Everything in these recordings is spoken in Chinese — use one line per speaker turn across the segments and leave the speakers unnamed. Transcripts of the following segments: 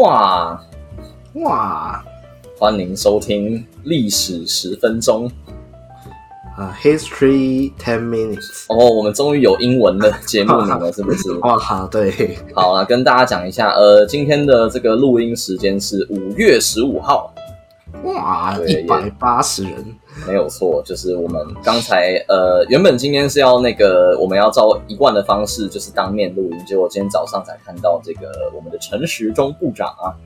哇！
哇
欢迎收听历史十分钟
啊，History Ten Minutes。
哦，我们终于有英文的节目名了，是不是？
哇哈，对，
好啊，跟大家讲一下，呃，今天的这个录音时间是五月十五号，
哇，
对
一
也
百八十人，
没有错，就是我们刚才呃，原本今天是要那个我们要照一贯的方式，就是当面录音，结果今天早上才看到这个我们的陈时中部长啊，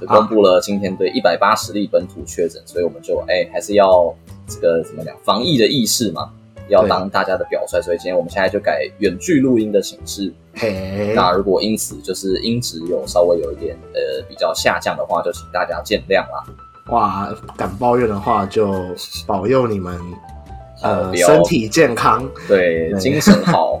就公布了今天对一百八十例本土确诊，所以我们就哎还是要这个怎么讲防疫的意识嘛，要
对
当大家的表率，所以今天我们现在就改远距录音的形式。
嘿，
那如果因此就是音质有稍微有一点呃比较下降的话，就请大家见谅啦。
哇，敢抱怨的话就保佑你们
好
呃
不要
身体健康。
对，
对
精神好。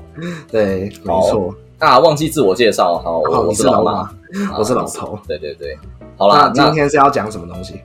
对，没
好
错，
啊，忘记自我介绍，好，
好
我我
你是
老
老
马，啊
我是老头。
对对对，好
那
啦，
今
那
天是要讲什么东西？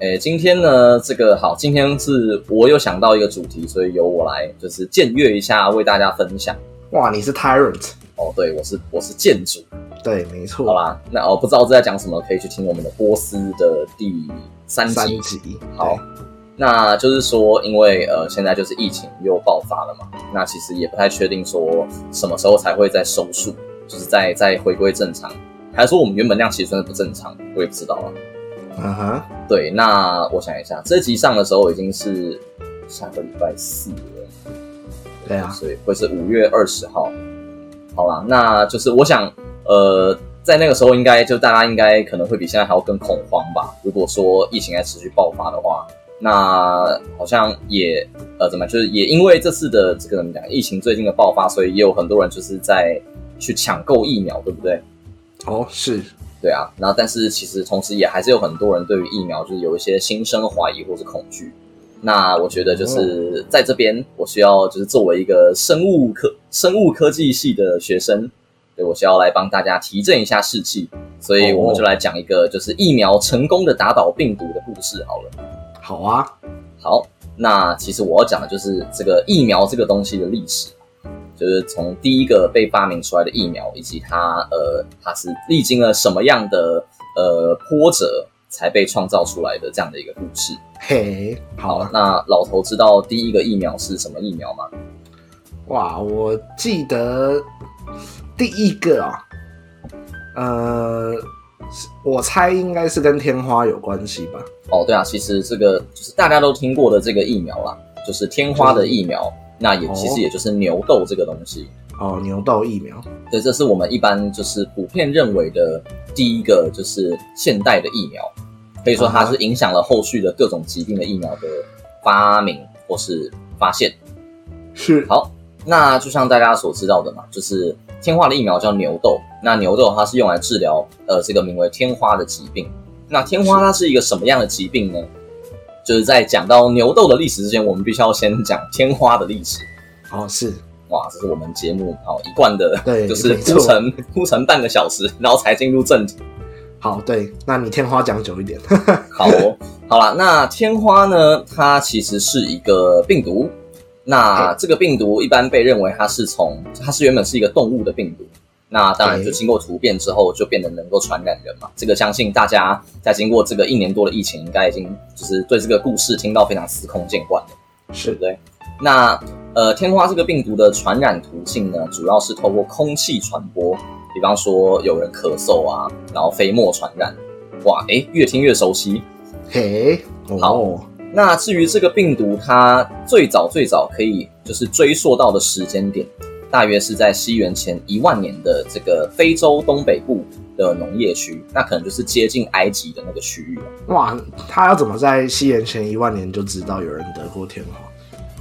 诶，今天呢，这个好，今天是我有想到一个主题，所以由我来就是僭越一下，为大家分享。
哇，你是 Tyrant，
哦，对，我是我是建筑，
对，没
好
错，
啦，那哦我不知道这在讲什么，可以去听我们的波斯的第三集。
三级，
好
对，
那就是说，因为呃，现在就是疫情又爆发了嘛，那其实也不太确定说什么时候才会再收束，就是再再回归正常，还是说我们原本那样其实真的不正常，我也不知道啊。
嗯哼，
对，那我想一下，这集上的时候已经是下个礼拜四了，
对啊，
所以会是五月二十号。好啦，那就是我想，呃，在那个时候应该就大家应该可能会比现在还要更恐慌吧。如果说疫情还持续爆发的话，那好像也呃怎么样就是也因为这次的这个怎么讲，疫情最近的爆发，所以也有很多人就是在去抢购疫苗，对不对？
哦，是，
对啊，然后但是其实同时也还是有很多人对于疫苗就是有一些心生怀疑或是恐惧。那我觉得就是在这边，我需要就是作为一个生物科生物科技系的学生，对我需要来帮大家提振一下士气，所以我们就来讲一个就是疫苗成功的打倒病毒的故事好了。
好啊，
好，那其实我要讲的就是这个疫苗这个东西的历史，就是从第一个被发明出来的疫苗，以及它呃它是历经了什么样的呃波折才被创造出来的这样的一个故事。
嘿，好啊，
那老头知道第一个疫苗是什么疫苗吗？
哇，我记得第一个啊，呃，是我猜应该是跟天花有关系吧？
哦，对啊，其实这个就是大家都听过的这个疫苗啦，就是天花的疫苗。那也
哦
其实也就是牛痘这个东西，
哦，牛痘疫苗，
对，这是我们一般就是普遍认为的第一个就是现代的疫苗，可以说它
嗯哼
是影响了后续的各种疾病的疫苗的发明或是发现。
是，
好，那就像大家所知道的嘛，就是天花的疫苗叫牛痘，那牛痘它是用来治疗呃这个名为天花的疾病。那天花它是一个什么样的疾病呢？就是在讲到牛痘的历史之前，我们必须要先讲天花的历史。
哦，是
哇，这是我们节目好一贯的，
对
就是
没错
铺陈铺陈半个小时，然后才进入正题。
好，对，那你天花讲久 一点，
好哦，好啦，那天花呢？它其实是一个病毒。那这个病毒一般被认为它是从它是原本是一个动物的病毒，那当然
对
就经过突变之后就变得能够传染人嘛。这个相信大家在经过这个一年多的疫情，应该已经就是对这个故事听到非常司空见惯了。
是
对那呃，天花这个病毒的传染途径呢，主要是透过空气传播，比方说有人咳嗽啊，然后飞沫传染。哇，诶，越听越熟悉。
嘿，哦
好，那至于这个病毒，它最早最早可以就是追溯到的时间点，大约是在西元前一万年的这个非洲东北部的农业区，那可能就是接近埃及的那个区域了。
哇，他要怎么在西元前一万年就知道有人得过天花？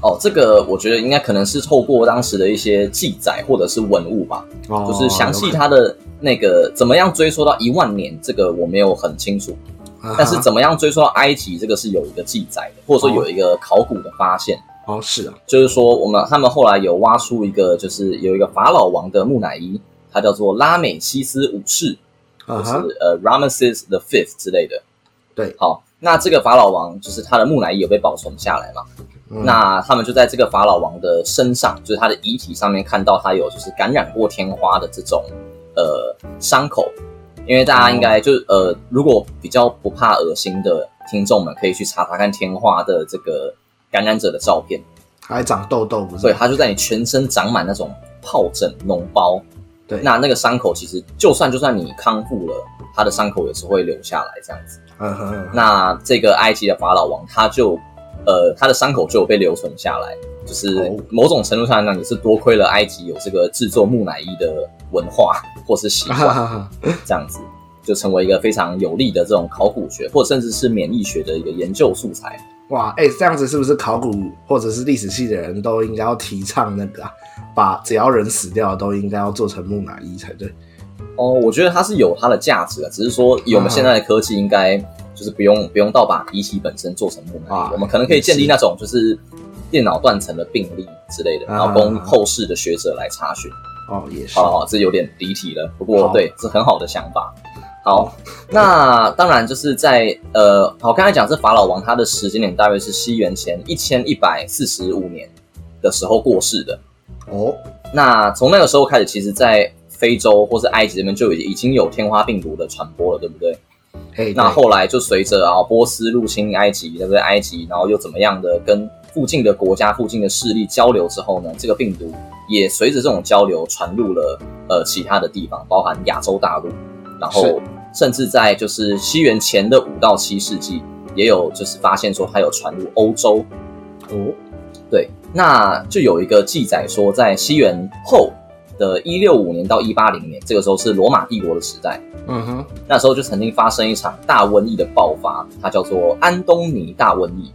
哦，这个我觉得应该可能是透过当时的一些记载或者是文物吧，
哦，
就是详细
有可
它的那个怎么样追溯到一万年，这个我没有很清楚，
能，啊
但是
怎
怎么样追溯到埃及，这个是有一个记载的，或者说有一个考古的发现。
哦，是啊，
就是说，我们他们后来有挖出一个，就是有一个法老王的木乃伊，它叫做拉美西斯五世，
嗯
就是
哼，
呃 Ramesses the Fifth 之类的。
对，
好，那这个法老王就是他的木乃伊有被保存下来嘛？
嗯
那他们就在这个法老王的身上，就是他的遗体上面看到他有就是感染过天花的这种呃伤口。因为大家应该就呃，如果比较不怕恶心的听众们，可以去查查看天花的这个感染者的照片，
还长痘痘不是？
所以它就在你全身长满那种疱疹、脓包。
对
那那个伤口其实就算就算你康复了，它的伤口也是会留下来这样子。
嗯哼嗯哼
那这个埃及的法老王，他就呃，他的伤口就有被留存下来，就是
哦
某种程度上来讲，也是多亏了埃及有这个制作木乃伊的文化或是习
啊哈
惯，
哈哈，
这样子就成为一个非常有力的这种考古学或甚至是免疫学的一个研究素材。
哇，哎、这样子是不是考古或者是历史系的人都应该要提倡那个啊？把只要人死掉都应该要做成木乃伊才对。
哦，我觉得它是有它的价值的，只是说以我们现
嗯
在的科技，应该就是不用不用到把遗体本身做成木乃
啊
伊，我们可能可以建立那种就是电脑断层的病例之类的，然后供
啊
后世的学者来查询。
哦，也是。
好好，这有点离题了，不过
好
对，是很好的想法。好，那当然就是在呃，好，刚才讲是法老王，他的时间点大约是西元前一千一百四十五年的时候过世的。
哦，
那从那个时候开始，其实，在非洲或是埃及这边就已已经有天花病毒的传播了，对不对？
哎、
那
对
后来就随着啊波斯入侵埃及，对不对？埃及然后又怎么样的跟附近的国家、附近的势力交流之后呢，这个病毒也随着这种交流传入了呃其他的地方，包含亚洲大陆，然后
是
甚至在就是西元前的五到七世纪，也有就是发现说它有传入欧洲。
哦，
对，那就有一个记载说，在西元后的一六五年到一八零年，这个时候是罗马帝国的时代。
嗯哼，
那时候就曾经发生一场大瘟疫的爆发，它叫做安东尼大瘟疫。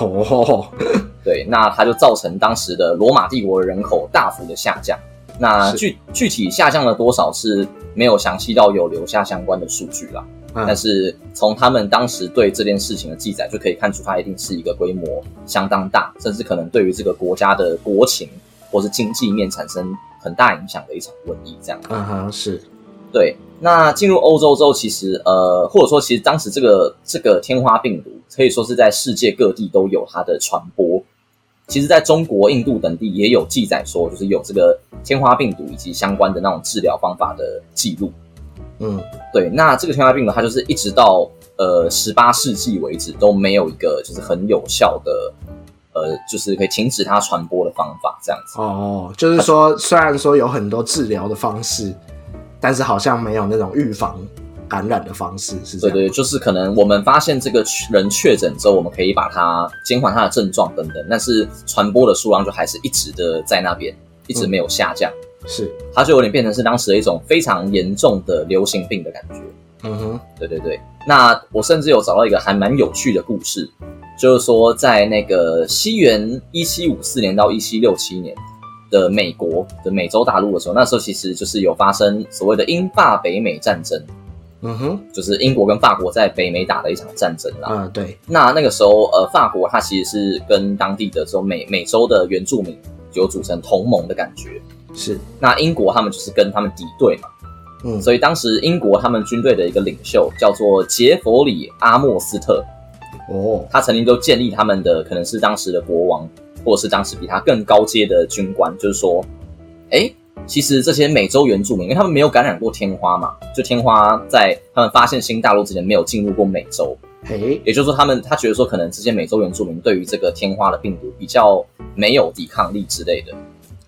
哦，
对，那它就造成当时的罗马帝国的人口大幅的下降。那
是
具具体下降了多少是没有详细到有留下相关的数据啦，但
嗯，
是从他们当时对这件事情的记载就可以看出，它一定是一个规模相当大，甚至可能对于这个国家的国情或是经济面产生很大影响的一场瘟疫这样。
嗯哼，是，
对，那进入欧洲之后，其实呃，或者说其实当时这个这个天花病毒可以说是在世界各地都有它的传播。其实，在中国、印度等地也有记载说，就是有这个天花病毒以及相关的那种治疗方法的记录。
嗯，
对，那这个天花病毒它就是一直到呃十八世纪为止都没有一个就是很有效的呃，就是可以停止它传播的方法这样子。
哦，就是说，虽然说有很多治疗的方式，但是好像没有那种预防感染的方式，是这
对
样。
对，就是可能我们发现这个确人确诊之后，我们可以把它减缓他的症状等等，但是传播的数量就还是一直的在那边，一直没有下降，
是，
它就有点变成是当时的一种非常严重的流行病的感觉。
嗯哼，
对对对，那我甚至有找到一个还蛮有趣的故事，就是说在那个西元一七五四年到一七六七年的美国的美洲大陆的时候，那时候其实就是有发生所谓的英法北美战争。
嗯哼，
就是英国跟法国在北美打的一场战争啦。
嗯，对，
那那个时候，呃，法国它其实是跟当地的这种美美洲的原住民有组成同盟的感觉。
是，
那英国他们就是跟他们敌对嘛，
嗯，
所以当时英国他们军队的一个领袖叫做杰弗里·阿莫斯特，
哦，
他曾经都建议他们的可能是当时的国王，或者是当时比他更高阶的军官，就是说，哎，其实这些美洲原住民，因为他们没有感染过天花嘛，就天花在他们发现新大陆之前没有进入过美洲，
嘿，
也就是说，他们他觉得说，可能这些美洲原住民对于这个天花的病毒比较没有抵抗力之类的，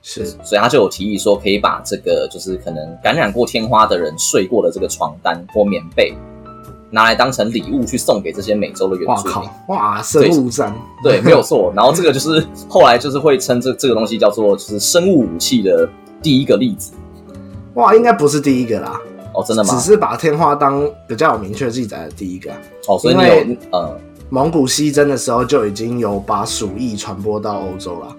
是，
所以他就有提议说，可以把这个就是可能感染过天花的人睡过的这个床单或棉被，拿来当成礼物去送给这些美洲的原
哇
住民
靠。，哇，生物战，
对，没有错。然后这个就是后来就是会称这这个东西叫做就是生物武器的第一个例子
哇，应该不是第一个啦，
哦，真的吗
只？是把天花当比较有明确记载的第一个啊。
哦，所以你
因
有
为
呃
蒙古西征的时候就已经有把鼠疫传播到欧洲了。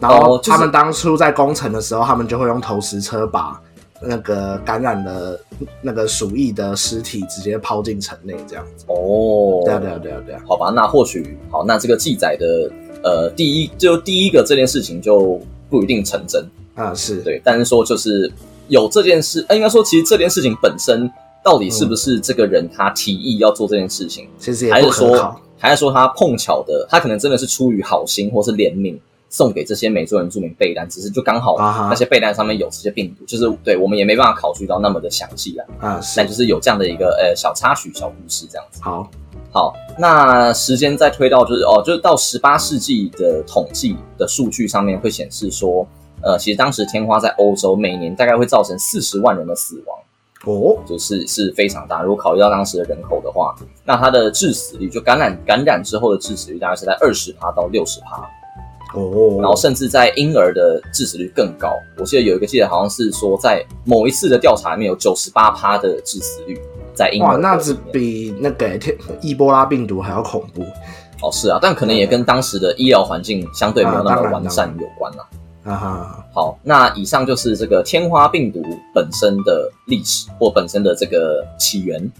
然
哦
后
就是
他们当初在攻城的时候，他们就会用投石车把那个感染的那个鼠疫的尸体直接抛进城内，这样子。
哦，
对啊，对啊，对啊，对啊。
好吧，那或许好，那这个记载的呃第一就第一个这件事情就不一定成真，
啊，是，
对，但是说就是有这件事，呃、应该说其实这件事情本身到底是不是这个人他提议要做这件事情，
嗯其实也
还
不
是
可
说
靠。
还是说他碰巧的，他可能真的是出于好心或是怜悯，送给这些美洲原住民备单，只是就刚好
啊哈
那些备单上面有这些病毒，就是对我们也没办法考据到那么的详细啊，
啊，
但
是
就是有这样的一个呃小插曲、小故事这样子。
好，
好，那时间再推到就是哦，就是到十八世纪的统计的数据上面会显示说，呃，其实当时天花在欧洲每年大概会造成四十万人的死亡，
哦，
就是是非常大。如果考虑到当时的人口的话，那它的致死率就感染感染之后的致死率大概是在二十趴到六十趴，
哦，
然后甚至在婴儿的致死率更高。我记得有一个记得好像是说，在某一次的调查里面有九十八趴的致死率在婴儿
哇，
的
那
里
只
面
比那个天伊波拉病毒还要恐怖
哦，是啊，但可能也跟当时的医疗环境相对没有那么完善有关啊。
啊哈！
好，那以上就是这个天花病毒本身的历史或本身的这个起源。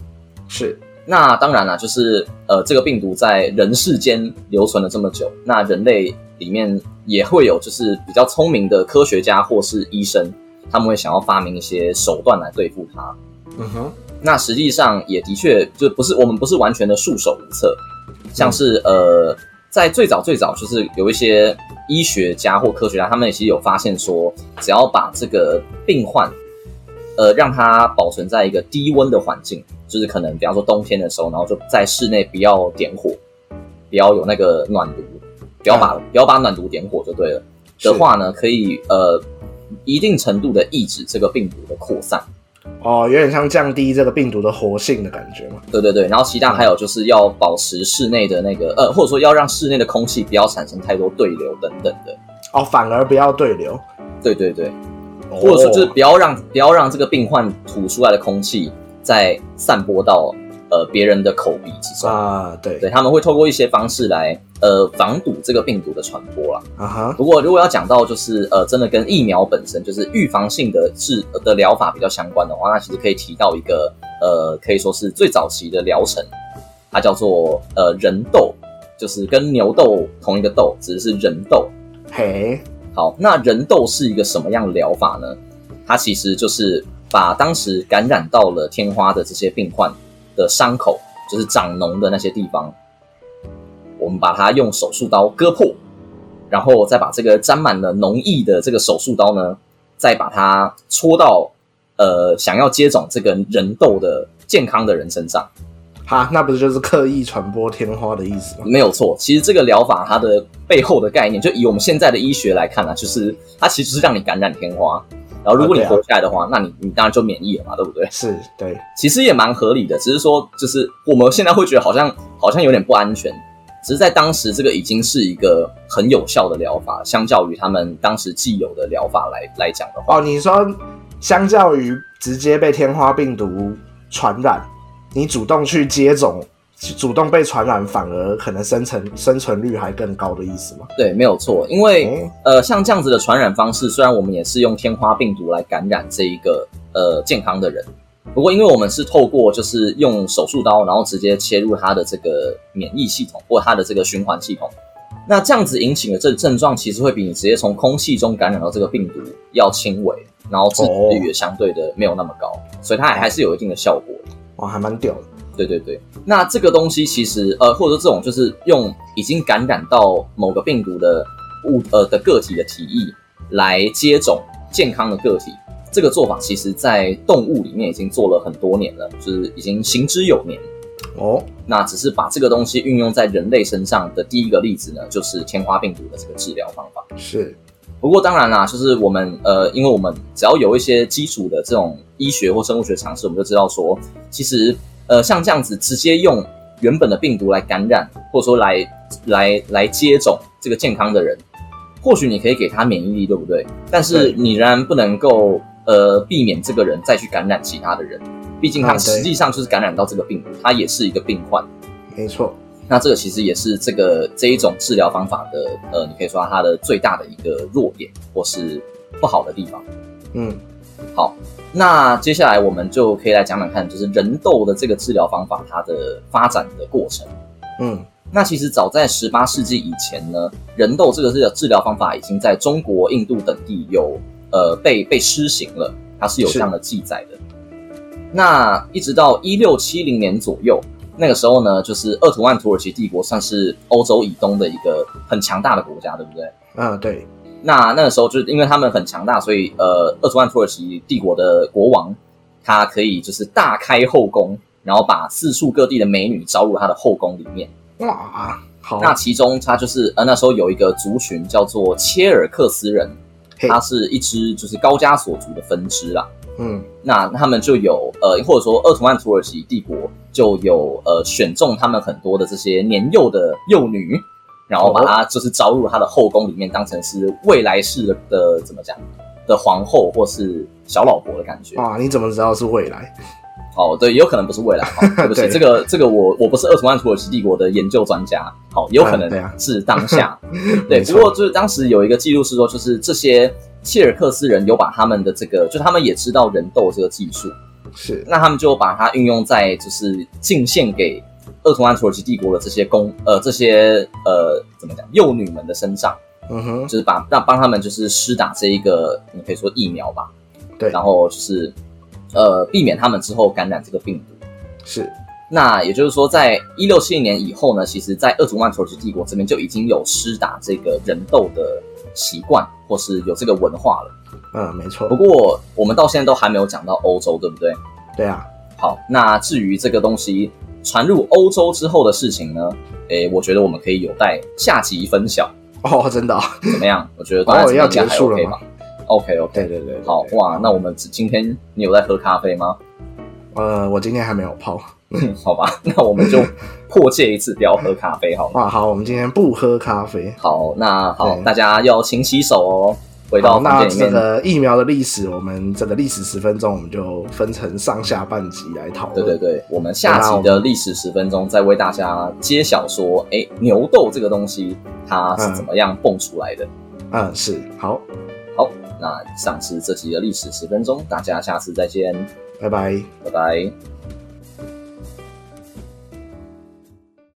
是
那当然啦、就是呃，这个病毒在人世间留存了这么久，那人类里面也会有就是比较聪明的科学家或是医生，他们会想要发明一些手段来对付它。
嗯哼，
那实际上也的确就不是我们不是完全的束手无策，像是、呃，在最早最早就是有一些医学家或科学家，他们其实有发现说，只要把这个病患，呃，让它保存在一个低温的环境，就是可能比方说冬天的时候，然后就在室内不要点火，不要有那个暖炉，不要把、不要把暖炉点火就对了的
是
话呢，可以呃一定程度的抑制这个病毒的扩散。
哦，有点像降低这个病毒的活性的感觉嘛。
对对对，然后其他还有就是要保持室内的那个呃，或者说要让室内的空气不要产生太多对流等等的。
哦，反而不要对流，
对对对，
或
或者说就是不要让不要让这个病患吐出来的空气再散播到呃别人的口鼻之中。
啊，对，
对，他们会透过一些方式来呃防堵这个病毒的传播啦。
啊哈，
不过如果要讲到就是呃真的跟疫苗本身就是预防性的治呃的疗法比较相关的话，那其实可以提到一个呃可以说是最早期的疗程，它叫做呃人痘，就是跟牛痘同一个痘，只是人痘。
嘿，
好，那人痘是一个什么样的疗法呢？它其实就是把当时感染到了天花的这些病患的伤口，就是长脓的那些地方，我们把它用手术刀割破，然后再把这个沾满了脓液的这个手术刀呢，再把它戳到呃想要接种这个人痘的健康的人身上。
哈，那不是就是刻意传播天花的意思吗？
没有错，其实这个疗法它的背后的概念，就以我们现在的医学来看呢、就是它其实就是让你感染天花，然后如果你
啊对啊
活下来的话，那你你当然就免疫了嘛，对不对？
是对，
其实也蛮合理的，只是说就是我们现在会觉得好像好像有点不安全，只是在当时这个已经是一个很有效的疗法，相较于他们当时既有的疗法来来讲的话，
哦，你说相较于直接被天花病毒传染，你主动去接种，主动被传染，反而可能生存生存率还更高的意思吗？
对，没有错，因为。
哦
呃，像这样子的传染方式，虽然我们也是用天花病毒来感染这一个呃健康的人，不过因为我们是透过就是用手术刀，然后直接切入他的这个免疫系统或他的这个循环系统，那这样子引起的症症状其实会比你直接从空气中感染到这个病毒要轻微，然后致死率也相对的没有那么高，所以它还还是有一定的效果的。
哇，哦还蛮屌的。
对对对，那这个东西其实呃，或者说这种就是用已经感染到某个病毒的物呃的个体的体液来接种健康的个体，这个做法其实在动物里面已经做了很多年了，就是已经行之有年。
哦，
那只是把这个东西运用在人类身上的第一个例子呢，就是天花病毒的这个治疗方法。
是
不过当然啦，就是我们呃，因为我们只要有一些基础的这种医学或生物学常识，我们就知道说，其实呃，像这样子直接用原本的病毒来感染，或者说来来来接种这个健康的人，或许你可以给他免疫力，对不对？但是
对
你仍然不能够呃避免这个人再去感染其他的人，毕竟他
嗯对
实际上就是感染到这个病毒，他也是一个病患。
没错。
那这个其实也是这个这一种治疗方法的，呃，你可以说它的最大的一个弱点或是不好的地方。
嗯，
那接下来我们就可以来讲讲看，就是人痘的这个治疗方法它的发展的过程。
嗯，
那其实早在十八世纪以前呢，人痘这个治疗治疗方法已经在中国、印度等地有呃被被施行了，它是有这样的记载的。那一直到一六七零年左右，那个时候呢，就是鄂图曼土耳其帝国算是欧洲以东的一个很强大的国家，对不对？
嗯，对，
那那个时候就是因为他们很强大，所以呃，鄂图曼土耳其帝国的国王他可以就是大开后宫，然后把四处各地的美女招入他的后宫里面。
哇，好，
那其中他就是呃那时候有一个族群叫做切尔克斯人，
嘿
他是一支就是高加索族的分支啦。
嗯
那他们就有呃，或者说鄂图曼土耳其帝国就有呃选中他们很多的这些年幼的幼女，然后把她就是招入他的后宫里面，当成是未来式的的怎么讲的皇后或是小老婆的感觉。
哇，你怎么知道是未来？
哦，对，有可能不是未来， 好对不起，
对
这个这个我我不是鄂图曼土耳其帝国的研究专家，好，有可
嗯对啊
能是当 下，对，不
没错
过就是当时有一个记录是说，就是这些切尔克斯人有把他们的这个，就他们也知道人斗这个技术，
是
那他们就把它运用在就是进献给鄂图曼土耳其帝国的这些公呃这些呃怎么讲幼女们的身上，
嗯哼，
就是把让帮他们就是施打这一个你可以说疫苗吧，
对
然后就是呃避免他们之后感染这个病毒。
是
那也就是说，在一六七零年以后呢，其实，在鄂图曼土耳其帝国这边就已经有施打这个人痘的习惯，或是有这个文化了。
嗯，没错
不，过，我们到现在都还没有讲到欧洲，对不对？
对啊，
好，那至于这个东西传入欧洲之后的事情呢，诶，我觉得我们可以有待下集分晓，
哦，真的哦、
怎么样？我觉得
哦
当然
要结束了
OK 吧？OK OK，
对对对，对
好，
对
哇，那我们今天你有在喝咖啡吗？
呃，我今天还没有泡，嗯
好吧，那我们就破戒一次，不要喝咖啡好了。
哇，好，我们今天不喝咖啡。
好，那好
对，
大家要勤洗手哦。回到
好，那
房间里
这
面，
个疫苗的历史，我们这个历史十分钟，我们就分成上下半集来讨
对
论。
对对，我们下集的历史十分钟再为大家揭晓说，哎，牛痘这个东西它是怎么样蹦出来的。
嗯，是，好，
好，那以上是这集的历史十分钟，大家下次再见，
拜拜。
拜拜。